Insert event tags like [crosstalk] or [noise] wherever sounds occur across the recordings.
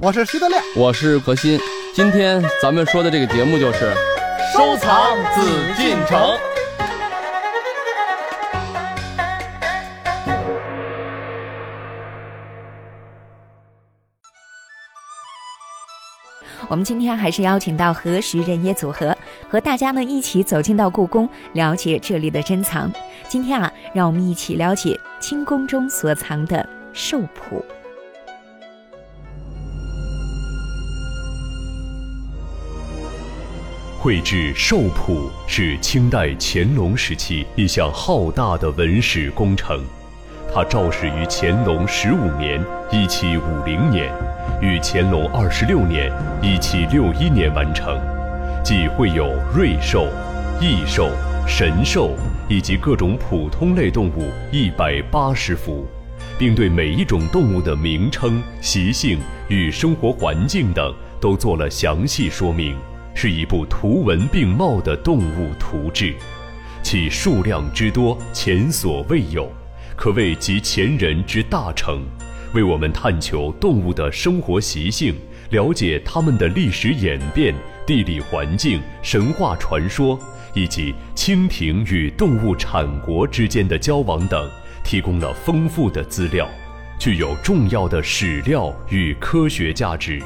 我是徐德亮，我是何鑫。今天咱们说的这个节目就是收藏紫禁城。我们今天还是邀请到何时人也组合，和大家呢一起走进到故宫，了解这里的珍藏。今天啊，让我们一起了解清宫中所藏的兽谱。绘制兽谱是清代乾隆时期一项浩大的文史工程，它肇始于乾隆十五年（一七五零年），于乾隆二十六年（一七六一年）完成，即会有瑞兽、异兽、神兽以及各种普通类动物一百八十幅，并对每一种动物的名称、习性与生活环境等都做了详细说明。是一部图文并茂的动物图志，其数量之多前所未有，可谓集前人之大成，为我们探求动物的生活习性，了解它们的历史演变、地理环境、神话传说，以及清廷与动物产国之间的交往等，提供了丰富的资料，具有重要的史料与科学价值。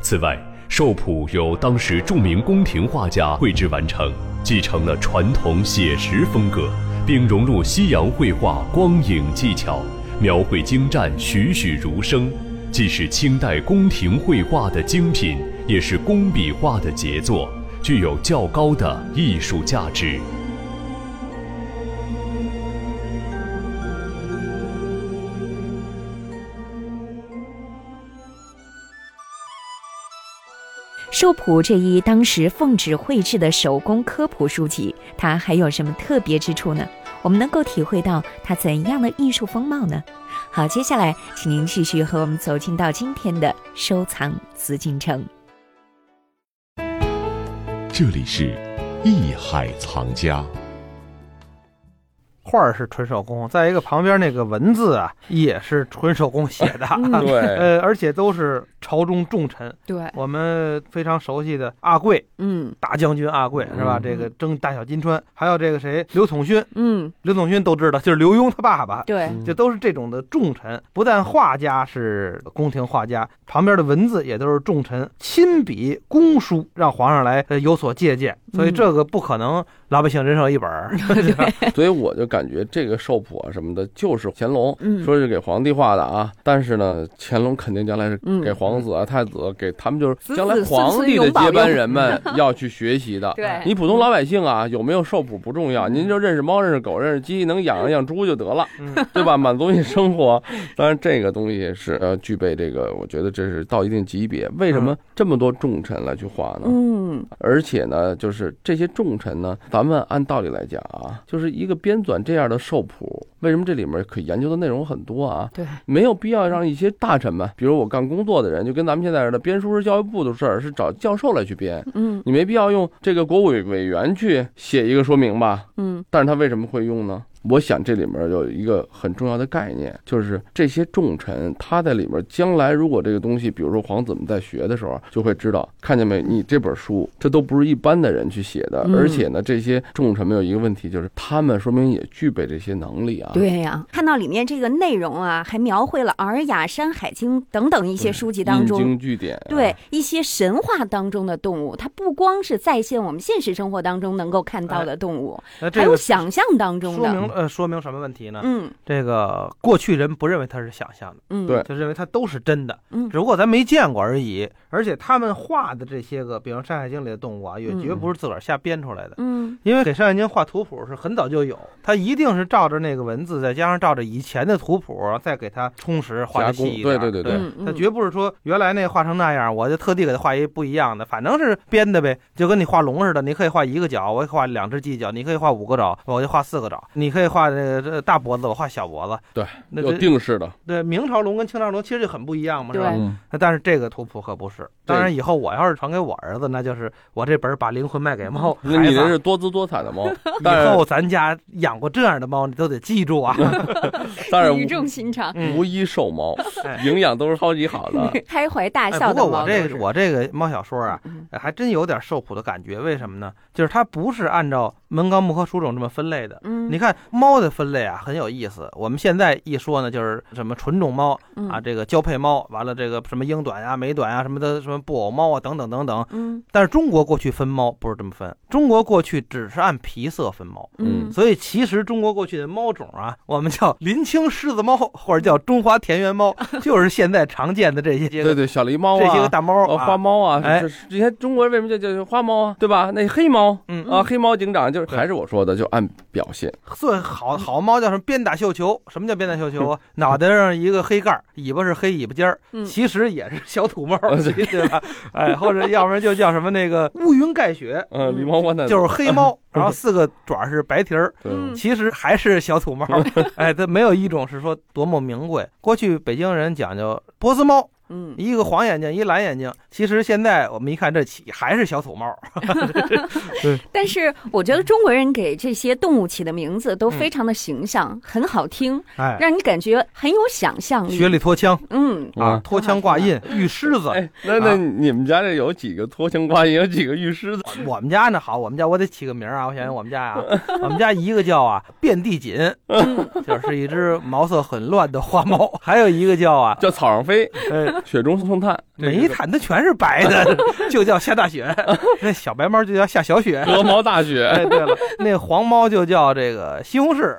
此外，兽谱由当时著名宫廷画家绘制完成，继承了传统写实风格，并融入西洋绘画光影技巧，描绘精湛，栩栩如生。既是清代宫廷绘画的精品，也是工笔画的杰作，具有较高的艺术价值。兽谱这一当时奉旨绘制的手工科普书籍，它还有什么特别之处呢？我们能够体会到它怎样的艺术风貌呢？好，接下来请您继续和我们走进到今天的收藏紫禁城。这里是艺海藏家。画儿是纯手工，再一个旁边那个文字啊也是纯手工写的，嗯对，呃，而且都是朝中重臣，对，我们非常熟悉的阿贵嗯大将军阿贵是吧？嗯这个征大小金川，还有这个谁刘统勋，嗯，刘统勋都知道，就是刘墉他爸嗯爸，对这都是这种的重臣，不但画家是宫廷画家，旁边的文字也都是重臣亲笔公书，让皇上来呃有所借鉴。所以嗯这个不可能老百姓人手一本儿。 [laughs] 所以我就感觉这个兽谱啊什么的，就是乾隆嗯说是给皇帝画的啊，但是呢，乾隆肯定将来是嗯给皇子啊、太子，给他们就是子将来子孙皇孙帝的永保接班佑人们要去学习的。哎对哎你普通老百姓啊，有没有兽谱不重要，您就认识猫、认识狗、认识鸡，能养一养猪就得了，嗯， [laughs] 对吧？满足你生活。当然，这个东西是呃具备这个，我觉得这是到一定级别。为什么这么多重臣来去画呢？嗯而且呢，就是这些重臣呢，咱们按道理来讲啊，就是一个编纂这样的兽谱，为什么这里面可研究的内容很多啊？对，没有必要让一些大臣们，比如我干工作的人，就跟咱们现在似的，编书是教育部的事儿，是找教授来去编，嗯你没必要用这个国委委员去写一个说明吧？嗯但是他为什么会用呢？我想这里面有一个很重要的概念，就是这些重臣他在里面将来如果这个东西，比如说皇子们在学的时候，就会知道，看见没？你这本书这都不是一般的人去写的，嗯而且呢，这些重臣们有一个问题，就是他们说明也具备这些能力啊。对呀、看到里面这个内容啊，还描绘了《尔雅》《山海经》等等一些书籍当引中。经据典、啊，对一些神话当中的动物，它不光是再现我们现实生活当中能够看到的动物，那还哎这有个想象当中说的。明呃说明什么问题呢？嗯这个过去人不认为它是想象的，嗯，对就认为它都是真的，嗯只不过咱没见过而已。而且他们画的这些个，比如《山海经》里的动物啊，也嗯绝不是自个儿瞎编出来的。嗯因为给《山海经》画图谱是很早就有，它一定是照着那个文字，再加上照着以前的图谱，再给它充实画的加细工一对点。对对对嗯嗯它绝不是说原来那画成那样，我就特地给它画一不一样的，反正是编的呗，就跟你画龙似的，你可以画一个角，我可以画两只犄角，你可以画五个爪，我就画四个爪，你可可以画这个大脖子，我画小脖子。对，那有这定式的，对明朝龙跟清朝龙其实就很不一样嘛，是吧对？嗯，那但是这个图谱可不是。当然，以后我要是传给我儿子，那就是我这本儿把灵魂卖给猫那你孩子这啊是多姿多彩的猫，当以然后咱家养过这样的猫，你都得记 [laughs] 住啊。当然语重心长，无无一瘦猫哎，营养都是超级好 [laughs] 的，开怀大嗯哎，笑不的过猫我都这是。个我这个猫小说啊，嗯还真有点受苦的感觉。为什么呢？就是它不是按照门纲目科属种这么分类的。嗯，你看猫的分类啊，很有意思。我们现在一说呢，就是什么纯种猫嗯啊，，这个交配猫，完了这个什么英短啊、美短啊什么的，什么布偶猫啊，等等等等。嗯但是中国过去分猫不是这么分，中国过去只是按皮色分猫，嗯，所以其实中国过去的猫种啊，我们叫 [laughs] 林青狮子猫或者叫中华田 [laughs] 园猫，就是现在常见的这些这对个对，小狸猫这些个啊，大猫呃啊花猫啊，哎这这些中国人为什么叫叫叫花猫啊，对吧？那黑猫嗯啊，黑猫警长就是对嗯还是我说的，就按表现，最好好猫叫什么鞭打绣球？什么叫鞭打绣球啊？脑袋上一个黑盖儿，尾巴是黑尾巴尖儿，嗯其实也是小土猫，嗯对对吧？哎，或者要不然就叫什么那个乌云盖雪，嗯，狸猫换蛋，就是黑猫，然后四个爪儿是白蹄儿，对嗯其实还是小土猫。 [laughs] 哎，它没有一种是说多么名贵。过去北京人讲究波斯猫，嗯，一个黄眼睛，一蓝眼睛。其实现在我们一看，这起还是小土猫。但是我觉得中国人给这些动物起的名字都非常的形象，很好听，哎，让你感觉很有想象力。雪里脱缰嗯，啊，啊。脱缰挂印，玉狮子。哎，那那你们家这有几个脱缰挂印，有几个玉狮子？我们家呢，好，我们家我得起个名儿啊，我想想我们家啊，我们家一个叫啊遍地锦，嗯就是一只毛色很乱的花猫，还有一个叫啊，叫草上飞，呃，雪中送炭，每一毯它全是白的，就叫下 [laughs] 大雪，那小白猫就叫下小雪。鹅毛大雪。哎，对了，那黄猫就叫这个西红柿，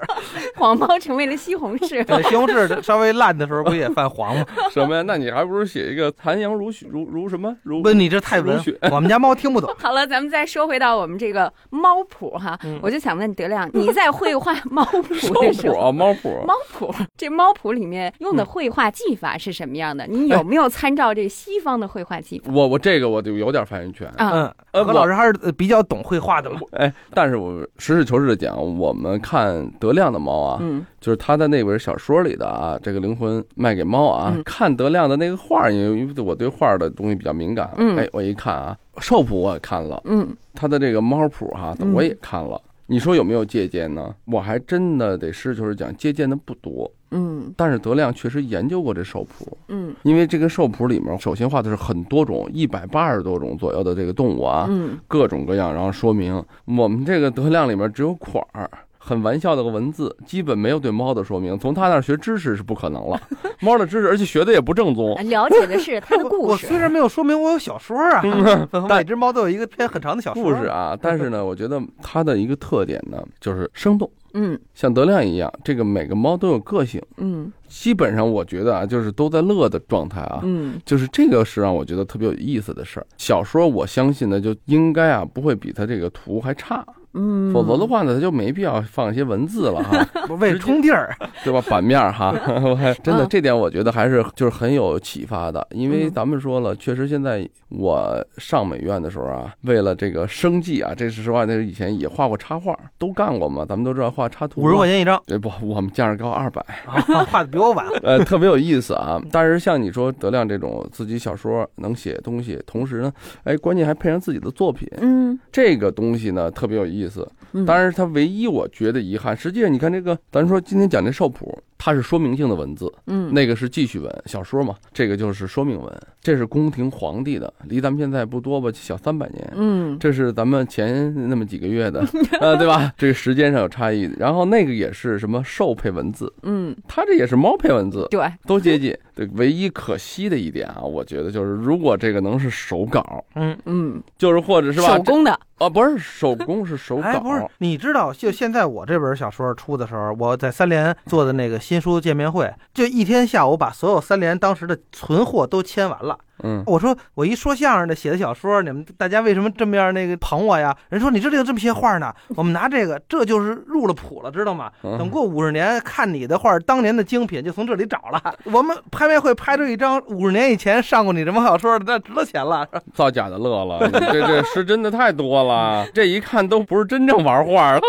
黄猫成为了西红柿。对，西红柿稍微烂的时候不也泛黄吗？什么呀？那你还不如写一个残阳如雪，如如什么如不，你这太文如雪，我们家猫听不懂。 [laughs] 好了，咱们再说回到我们这个猫谱哈，嗯我就想问德亮，你在绘画猫谱兽的时谱候，啊， [laughs] 猫谱。猫谱这猫谱里面用的绘画技法是什么样的？你有没有参照这西方的绘画技法我我这个我就有点发言权。啊？嗯，呃何老师还是呃比较懂绘画的嘛。哎，但是我实事求是的讲，我们看德亮的猫啊，嗯就是他的那本小说里的啊，这个灵魂卖给猫啊，嗯看德亮的那个画儿，因为因为我对画儿的东西比较敏感，嗯哎，我一看啊，兽谱我也看了，嗯他的这个猫谱哈、嗯我也看了。你说有没有借鉴呢？我还真的得实事求是讲，借鉴的不多。嗯但是德亮确实研究过这兽谱，嗯因为这个兽谱里面，首先画的是很多种，一百八十多种左右的这个动物啊，嗯各种各样，然后说明我们这个德亮里面只有款儿。很玩笑的个文字，基本没有对猫的说明。从他那儿学知识是不可能 [laughs] 了，猫的知识，而且学的也不正宗。嗯，了解的是它的我故 [laughs] 我事虽。然没有说明我有小说啊，每嗯但只猫都有一个篇很长的小说故事啊，但是呢，我觉得它的一个特点呢，就是生动，嗯像德亮一样，这个每个猫都有个性。嗯基本上我觉得啊，就是都在乐的状态啊，嗯就是这个是让我觉得特别有意思的事儿。小说我相信呢，就应该啊不会比它这个图还差，嗯，否则的话呢，它就没必要放一些文字了哈，不为充地儿，对 [laughs] 吧？版面儿哈，我还真的嗯这点我觉得还是就是很有启发的，因为嗯咱们说了，确实现在我上美院的时候啊，为了这个生计啊，这是实话，那是以前也画过插画，都干过嘛，咱们都知道画插图嘛，五十块钱一张，对不？我们价儿高二百。啊画的比我晚。呃，特别有意思 [laughs] 啊。但是像你说德亮这种自己小说能写东西，同时呢，哎，关键还配上自己的作品，嗯这个东西呢特别有意思。嗯，当然，他唯一我觉得遗憾，实际上你看这个，咱说今天讲这兽谱，它是说明性的文字，嗯那个是记叙文，小说嘛，这个就是说明文，这是宫廷皇帝的，离咱们现在不多吧，小三百年。嗯这是咱们前那么几个月 [laughs] 的，呃，对吧？这个时间上有差异。然后那个也是什么兽配文字，嗯它这也是猫配文字， [laughs] 对都接近。对，唯一可惜的一点啊，我觉得就是如果这个能是手稿，嗯，嗯就是或者是吧，手工的这啊，不是手工是手稿，哎，不是，你知道，就现在我这本小说出的时候，我在三联做的那个新书见面会，就一天下午把所有三联当时的存货都签完了，嗯，我说我一说相声的写的小说，你们大家为什么这么样那个捧我呀？人说你这里有这么些画呢，我们拿这个，这就是入了谱了，知道吗？嗯等过五十年看你的画，当年的精品就从这里找了。我们拍卖会拍出一张五十年以前上过你这本小说的，那值了钱了。造假的乐了，你这这是真的太多 [laughs] 了，这一看都不是真正玩画了，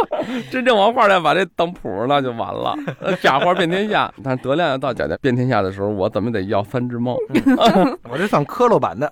真正玩画的把这当谱那就完 [laughs] 了，假花遍天下。但是德亮要到假的遍天下的时候，我怎么得要三只猫？我这算磕漏 [laughs] 版的，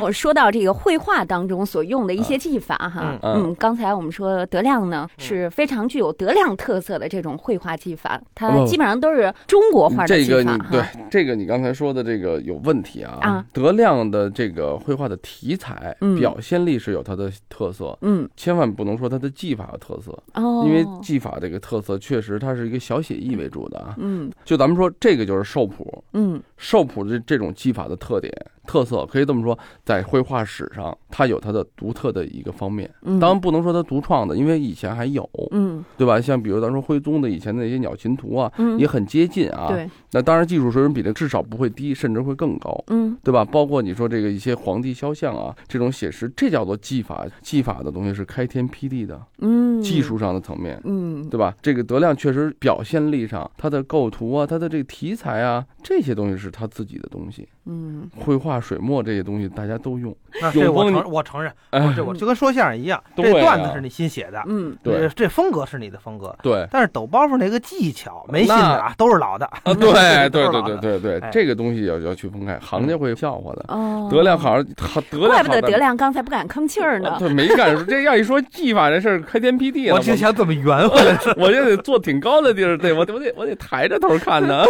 我说到这个绘画当中所用的一些技法哈嗯，嗯嗯，刚才我们说德亮呢是非常具有德亮特色的这种绘画技法，它哦基本上都是中国画的这技个法你对哈。这个你刚才说的这个有问题啊。啊德亮的这个绘画的题材、嗯表现力是有它的特色，嗯，千万不能说它的技法有特色，哦，因为技法这个特色确实它是一个小写意为主的啊。嗯就咱们说这个就是受谱，嗯受谱这这种技法的特点特色，可以这么说，在绘画史上它有它的独特的一个方面。嗯，当然不能说它独创的，因为以前还有，嗯对吧？像比如咱说徽宗的以前的那些鸟禽图啊，嗯也很接近啊。对，那当然技术水准比这至少不会低，甚至会更高。嗯对吧？包括你说这个一些皇帝肖像啊，这种写实，这叫做技法。技法的东西是开天辟地的，嗯，技术上的层面，嗯对吧？这个德亮确实表现力上，他的构图啊，他的这个题材啊，这些东西是他自己的东西。嗯绘画、水墨这些东西大家都用，那这我永丰承我承认，哎我这我就跟说相声一样，对这啊段子是你新写的，嗯对这这风格是你的风格， [laughs] 对。但是抖包袱那个技巧没新的啊，都是老的。啊，对对对对对，对对，哎嗯这个东西要要去分开，行家会笑话的。哦，德亮好像好，德亮怪不得好像德亮刚才不敢吭气儿啊呢。对，没干这要一说技法这事儿，开天辟地了。我就想怎么 [laughs] 圆回来。我就得坐挺高的地儿，对我我得我得抬着头看 [laughs] 呢。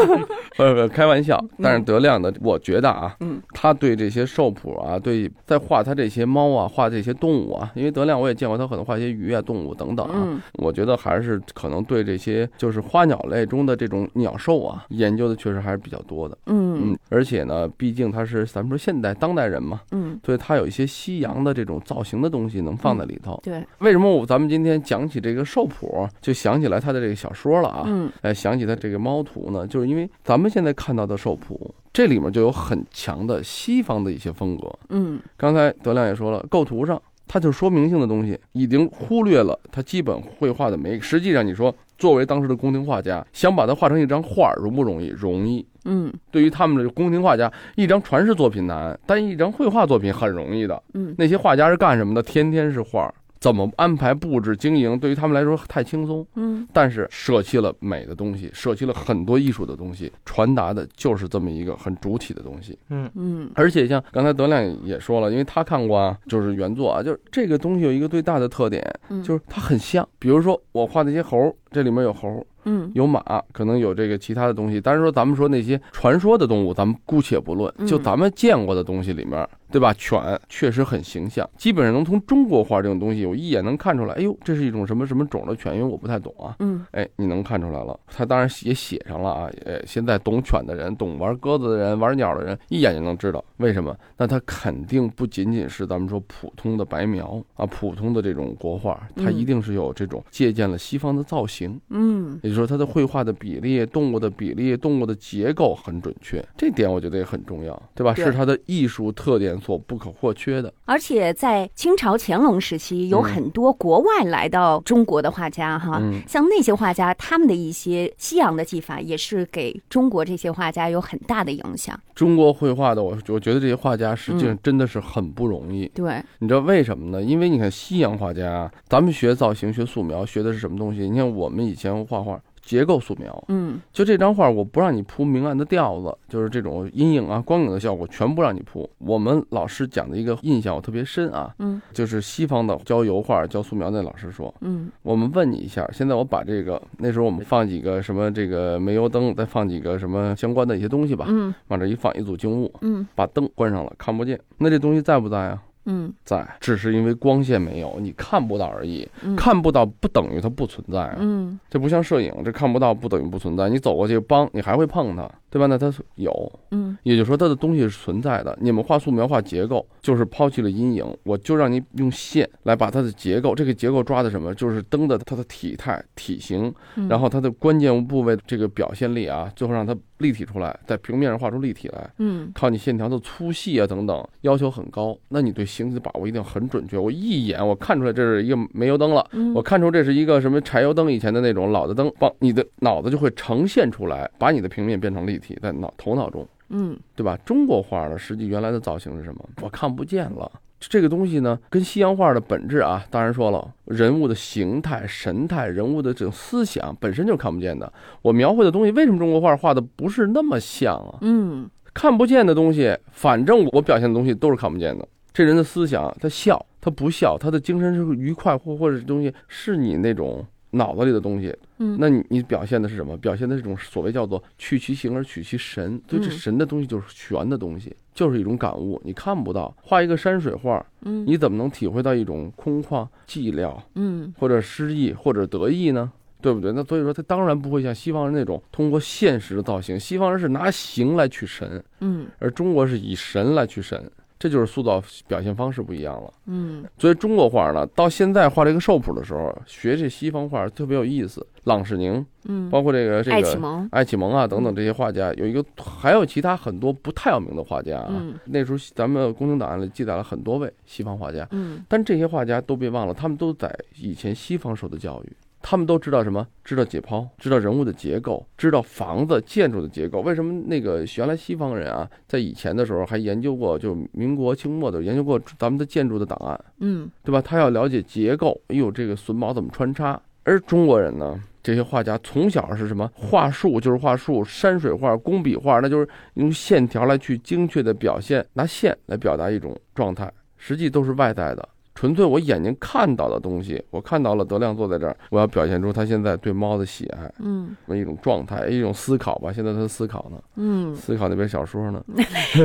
不是不是，开玩笑。但是德亮的，我觉得啊，嗯，他对这些兽谱啊，对在画他这些猫啊，画这些动物啊，因为德亮我也见过他可能画一些鱼啊、动物等等啊。嗯我觉得还是可能对这些就是花鸟类中的这种鸟兽啊，研究的确实还是比较多的。嗯嗯，而且呢，毕竟他是咱们说现代当代人嘛，嗯，所以他有一些西洋的这种造型的东西能放在里头。对，为什么我咱们今天讲起这个兽谱，就想起来他的这个小说了啊？嗯哎，想起他这个猫图呢，就是因为咱们现在看到的兽谱，这里面就有很强的西方的一些风格。嗯刚才德亮也说了，构图上它就是说明性的东西，已经忽略了它基本绘画的美。实际上，你说作为当时的宫廷画家，想把它画成一张画儿，容不容易？容易。嗯对于他们这宫廷画家，一张传世作品难，但一张绘画作品很容易的。嗯那些画家是干什么的？天天是画儿，怎么安排布置经营，对于他们来说太轻松。嗯但是舍弃了美的东西，舍弃了很多艺术的东西，传达的就是这么一个很主体的东西。嗯，嗯而且像刚才德亮也说了，因为他看过啊，就是原作啊，就是这个东西有一个最大的特点，嗯，就是它很像。比如说我画那些猴，这里面有猴，嗯有马，可能有这个其他的东西。但是说咱们说那些传说的动物，咱们姑且不论，嗯就咱们见过的东西里面，对吧？犬确实很形象，基本上能从中国画这种东西，我一眼能看出来，哎呦，这是一种什么什么种的犬，因为我不太懂啊。嗯哎，你能看出来了，他当然也写上了啊。呃，现在懂犬的人、懂玩鸽子的人、玩鸟的人，一眼就能知道为什么。那他肯定不仅仅是咱们说普通的白描啊，普通的这种国画，他嗯一定是有这种借鉴了西方的造型，嗯也就是说他的绘画的比例、动物的比例、动物的结构很准确，这点我觉得也很重要，对吧？对是他的艺术特点所不可或缺的。而且在清朝乾隆时期，有嗯很多国外来到中国的画家哈，嗯像那些画家，他们的一些西洋的技法，也是给中国这些画家有很大的影响。中国绘画的，我我觉得这些画家实际上嗯真的是很不容易。对，你知道为什么呢？因为你看西洋画家啊，咱们学造型、学素描，学的是什么东西？你看我们以前画画，结构素描，嗯就这张画，我不让你铺明暗的调子，就是这种阴影啊、光影的效果，全不让你铺。我们老师讲的一个印象我特别深啊，嗯就是西方的教油画、教素描那老师说，嗯我们问你一下，现在我把这个那时候我们放几个什么这个煤油灯，再放几个什么相关的一些东西吧，嗯往这一放，一组静物，嗯把灯关上了，看不见，那这东西在不在啊？嗯在，只是因为光线没有，你看不到而已。嗯看不到不等于它不存在啊，嗯这不像摄影，这看不到不等于不存在。你走过去，帮你还会碰它，对吧？那它有，嗯也就是说它的东西是存在的。你们画素描、画结构，就是抛弃了阴影，我就让你用线来把它的结构，这个结构抓的什么？就是灯的它的体态、体型，嗯，然后它的关键部位这个表现力啊，最后让它立体出来，在平面上画出立体来，嗯靠你线条的粗细啊等等要求很高，那你对形体的把握一定很准确。我一眼我看出来这是一个煤油灯了，嗯，我看出这是一个什么柴油灯以前的那种老的灯，帮你的脑子就会呈现出来，把你的平面变成立体在脑头脑中，嗯对吧？中国画的实际原来的造型是什么？我看不见了。这个东西呢，跟西洋画的本质啊，当然说了，人物的形态、神态、人物的这种思想本身就是看不见的。我描绘的东西，为什么中国画画的不是那么像啊？嗯看不见的东西，反正我表现的东西都是看不见的。这人的思想，他笑，他不笑，他的精神是愉快或或者是东西，是你那种脑子里的东西。嗯，那你你表现的是什么？表现的是一种所谓叫做去其形而取其神，所以这嗯神的东西就是玄的东西，就是一种感悟，你看不到。画一个山水画，嗯你怎么能体会到一种空旷、寂寥，嗯或者失意或者得意呢？对不对？那所以说，他当然不会像西方人那种通过现实的造型，西方人是拿形来取神，嗯而中国是以神来去神，这就是塑造表现方式不一样了。嗯所以中国画呢，到现在画这个兽谱的时候，学这西方画特别有意思。郎世宁，嗯，包括这个这爱启个蒙，爱启蒙啊等等这些画家，有一个还有其他很多不太有名的画家啊。嗯那时候咱们宫廷档案里记载了很多位西方画家，嗯但这些画家都别忘了，他们都在以前西方受的教育，他们都知道什么？知道解剖，知道人物的结构，知道房子建筑的结构。为什么那个原来西方人啊，在以前的时候还研究过，就民国清末的研究过咱们的建筑的档案，嗯对吧？他要了解结构，哎呦，这个榫卯怎么穿插？而中国人呢，这些画家从小是什么？画树就是画树，山水画、工笔画，那就是用线条来去精确的表现，拿线来表达一种状态，实际都是外在的。纯粹我眼睛看到的东西，我看到了德亮坐在这儿，我要表现出他现在对猫的喜爱，嗯一种状态，一种思考吧。现在他在思考呢，嗯，思考那本小说呢，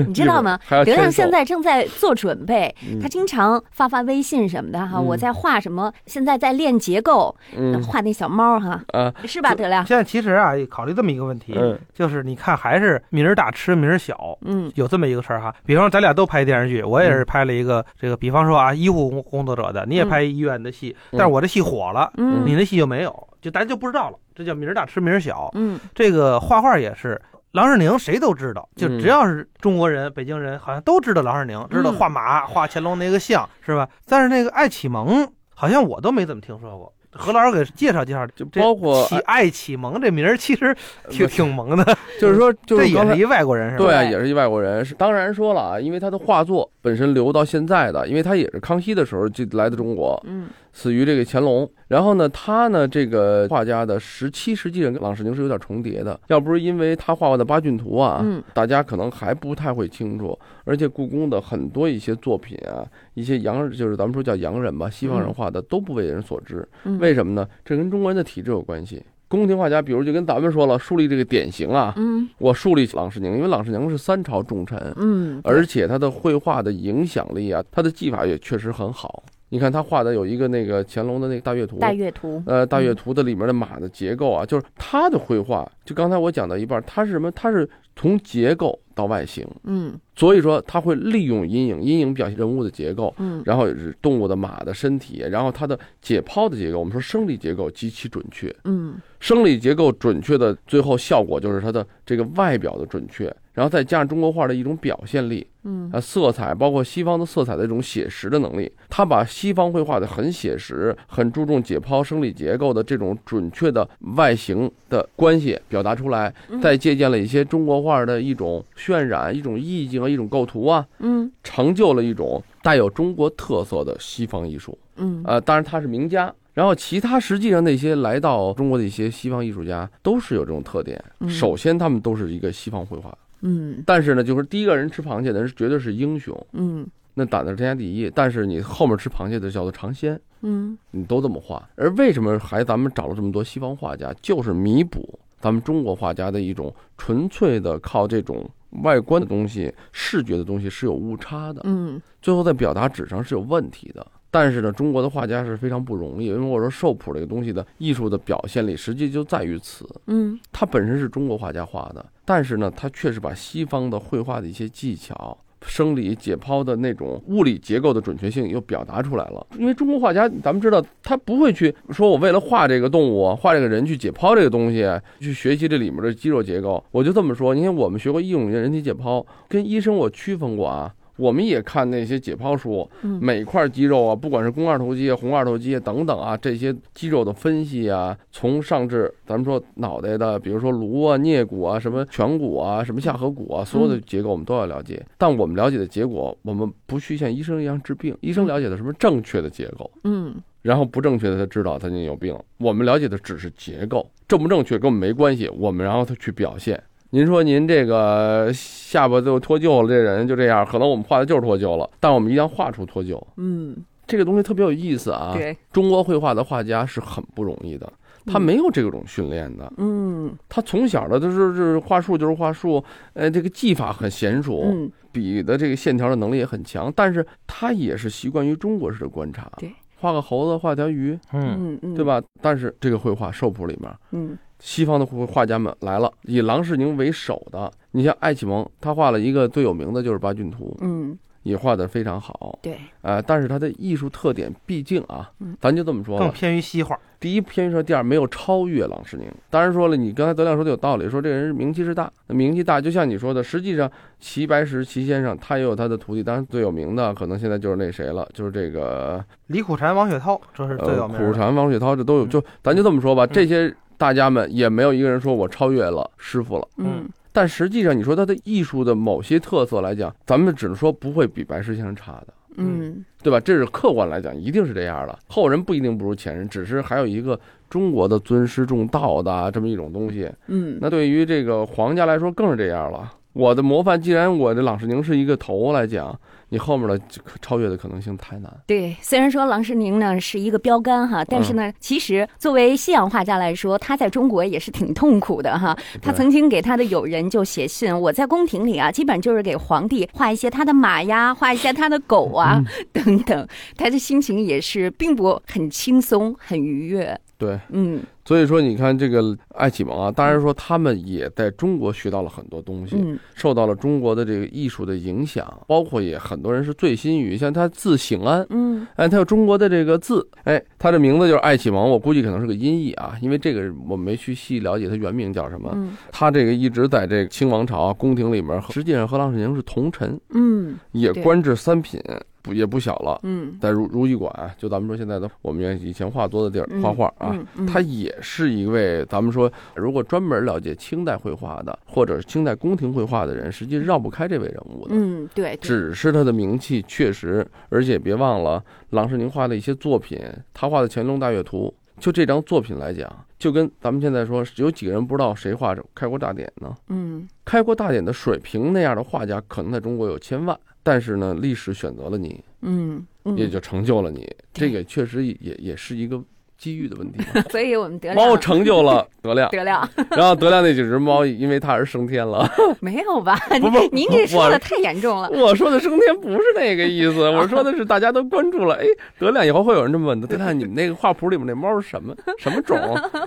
你知道吗？一会儿还要刘亮签现售在正在做准备，啊嗯他经常发发微信什么的哈，嗯我在画什么，现在在练结构，嗯画那小猫哈，啊是吧，德亮？现在其实啊，考虑这么一个问题，嗯就是你看还是名儿大吃名儿小。嗯有这么一个事儿哈，比方说咱俩都拍电视剧，我也嗯是拍了一个这个，比方说啊，医护工工作者的，你也拍医院的戏，嗯但是我这戏火了，嗯你那戏就没有，就大家就不知道了，这叫名儿大吃名儿小。嗯这个画画也是，郎世宁谁都知道，就嗯只要是中国人、北京人，好像都知道郎世宁，知道画马、画乾隆那个像是吧？但是那个爱启蒙，好像我都没怎么听说过。何老师给介绍介绍，就这包括呃启爱启蒙这名儿其实挺挺萌的，就是说，就这是刚也才是一外国人是吧？对啊，对也是一外国人。是当然说了啊，因为他的画作本身留到现在的，因为他也是康熙的时候就来的中国，嗯死于这个乾隆。然后呢，他呢这个画家的时期实际上跟郎世宁是有点重叠的，要不是因为他画过的八骏图啊，嗯大家可能还不太会清楚。而且故宫的很多一些作品啊，一些洋就是咱们说叫洋人吧，西方人嗯画的都不为人所知。嗯，为什么呢？这跟中国人的体制有关系。宫廷画家，比如就跟咱们说了，树立这个典型啊，嗯我树立郎世宁，因为郎世宁是三朝重臣，嗯，而且他的绘画的影响力啊，他的技法也确实很好。你看他画的有一个那个乾隆的那个大阅图，嗯大阅图，呃，大阅图的里面的马的结构啊，就是他的绘画，就刚才我讲到一半，他是什么？他是从结构到外形，嗯所以说他会利用阴影，阴影表现人物的结构，嗯然后是动物的马的身体，然后它的解剖的结构，我们说生理结构极其准确，嗯生理结构准确的最后效果就是它的这个外表的准确，然后再加上中国画的一种表现力嗯啊，色彩包括西方的色彩的一种写实的能力，他把西方绘画的很写实，很注重解剖生理结构的这种准确的外形的关系表达出来，再借鉴了一些中国画的一种渲染、一种意境啊、一种构图啊，嗯成就了一种带有中国特色的西方艺术。嗯呃，当然他是名家。然后，其他实际上那些来到中国的一些西方艺术家都是有这种特点。嗯首先，他们都是一个西方绘画，嗯但是呢，就是第一个人吃螃蟹的人是绝对是英雄，嗯那胆子是天下第一。但是你后面吃螃蟹的叫做尝鲜，嗯你都这么画。而为什么还咱们找了这么多西方画家，就是弥补咱们中国画家的一种纯粹的靠这种外观的东西、视觉的东西是有误差的。嗯最后在表达纸上是有问题的。但是呢，中国的画家是非常不容易，因为我说兽谱这个东西的艺术的表现力，实际就在于此。嗯它本身是中国画家画的，但是呢，它确实把西方的绘画的一些技巧、生理解剖的那种物理结构的准确性又表达出来了。因为中国画家，咱们知道他不会去说我为了画这个动物、画这个人去解剖这个东西，啊去学习这里面的肌肉结构。我就这么说，你看我们学过医用人体解剖，跟医生我区分过啊。我们也看那些解剖书，嗯每块肌肉啊，不管是肱二头肌、啊、红二头肌啊等等啊，这些肌肉的分析啊，从上至咱们说脑袋的，比如说颅啊、颞骨啊、什么颧骨啊、什么下颌骨啊，所有的结构我们都要了解。但我们了解的结果，我们不去像医生一样治病，医生了解的什么正确的结构，嗯然后不正确的他知道他就有病。我们了解的只是结构，正不正确跟我们没关系。我们然后他去表现。您说您这个下巴就脱臼了，这人就这样，可能我们画的就是脱臼了，但我们一样画出脱臼。嗯，这个东西特别有意思啊！对，中国绘画的画家是很不容易的，他没有这种训练的，嗯他从小的就是就是画术就是画术，呃，这个技法很娴熟，嗯笔的这个线条的能力也很强，但是他也是习惯于中国式的观察，对，画个猴子，画条鱼，嗯，嗯嗯，对？吧？但是这个绘画兽谱里面，嗯西方的绘画家们来了，以郎世宁为首的，你像艾启蒙，他画了一个最有名的就是《八骏图》，嗯，也画的非常好，对，呃，但是他的艺术特点，毕竟啊嗯，咱就这么说更了，偏于西画。第一偏说，第二没有超越郎世宁。当然说了，你刚才德亮说的有道理，说这个人名气是大，那名气大，就像你说的，实际上齐白石齐先生他也有他的徒弟，当然最有名的可能现在就是那谁了，就是这个李苦禅、王雪涛，这是最呃有苦名楚的。禅、王雪涛，这都有。嗯就咱就这么说吧，这些大家们也没有一个人说我超越了师傅了。嗯但实际上，你说他的艺术的某些特色来讲，咱们只能说不会比白石先生差的。嗯对吧？这是客观来讲，一定是这样的。后人不一定不如前人，只是还有一个中国的尊师重道的啊这么一种东西。嗯，那对于这个皇家来说，更是这样了。我的模范，既然我这郎世宁是一个头来讲，你后面的超越的可能性太难。对，虽然说郎世宁呢是一个标杆哈，但是呢，嗯其实作为西洋画家来说，他在中国也是挺痛苦的哈。他对曾经给他的友人就写信，我在宫廷里啊，基本就是给皇帝画一些他的马呀，画一些他的狗啊、嗯 [laughs] 等等，他的心情也是并不很轻松，很愉悦。对，嗯所以说你看这个爱启蒙啊，当然说他们也在中国学到了很多东西。嗯受到了中国的这个艺术的影响，包括也很多人是醉心于，像他字醒安，嗯哎，它有中国的这个字，哎，它的名字就是爱启蒙，我估计可能是个音译啊，因为这个我没去细了解它原名叫什么。嗯它这个一直在这个清王朝宫廷里面和，实际上和郎世宁是同臣，嗯也对官至三品，不也不小了，嗯，在如如意馆，啊就咱们说现在的我们原以前画作的地儿嗯画画啊。嗯嗯他也是一位，咱们说，如果专门了解清代绘画的，或者是清代宫廷绘画的人，实际绕不开这位人物的。嗯对对只是他的名气确实，而且别忘了郎世宁画的一些作品，他画的《乾隆大阅图》，就这张作品来讲，就跟咱们现在说，有几个人不知道谁画着《开国大典》呢？嗯《开国大典》的水平那样的画家，可能在中国有千万，但是呢，历史选择了你，嗯嗯，也就成就了你，对这个确实也也是一个机遇的问题嘛。 [laughs] 所以我们得猫了成就了德 [laughs] 亮，得了。然后德亮那几只猫因为他而升天了。没有吧？不不您这说我的太严重了。我说的升天不是那个意思，我说的是大家都关注了。哎，德亮以后会有人这么问的，德亮，你们那个画谱里面那猫是什么什么种？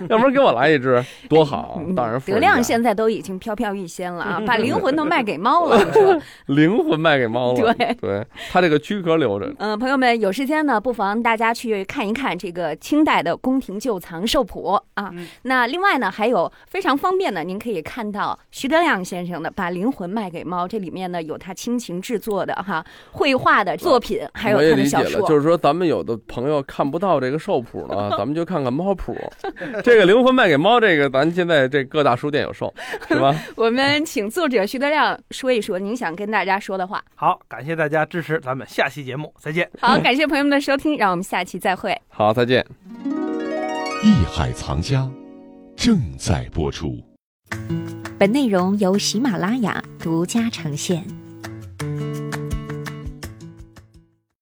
要不然给我来一只，多好！当然，德亮嗯现在都已经飘飘欲仙了 [laughs] 啊，把灵魂都卖给猫了。你说，灵魂卖给猫了，对对，他这个躯壳留着。嗯，朋友们有时间呢，不妨大家去看一看这个清代的宫廷旧藏兽谱啊。嗯那另外呢，还有非常方便的，您可以看到徐德亮先生的《把灵魂卖给猫》，这里面呢有他亲情制作的哈绘画的作品，还有我也他的理解小了，说。就是说咱们有的朋友看不到这个兽谱呢，咱们就看看猫 [laughs] 谱。这个灵魂卖给猫，这个咱现在这各大书店有售，是吧？我们请作者徐德亮说一说您想跟大家说的话。好，感谢大家支持，咱们下期节目再见。 [laughs] 好，感谢朋友们的收听，让我们下期再会。好，再见。艺海藏家正在播出。本内容由喜马拉雅独家呈现。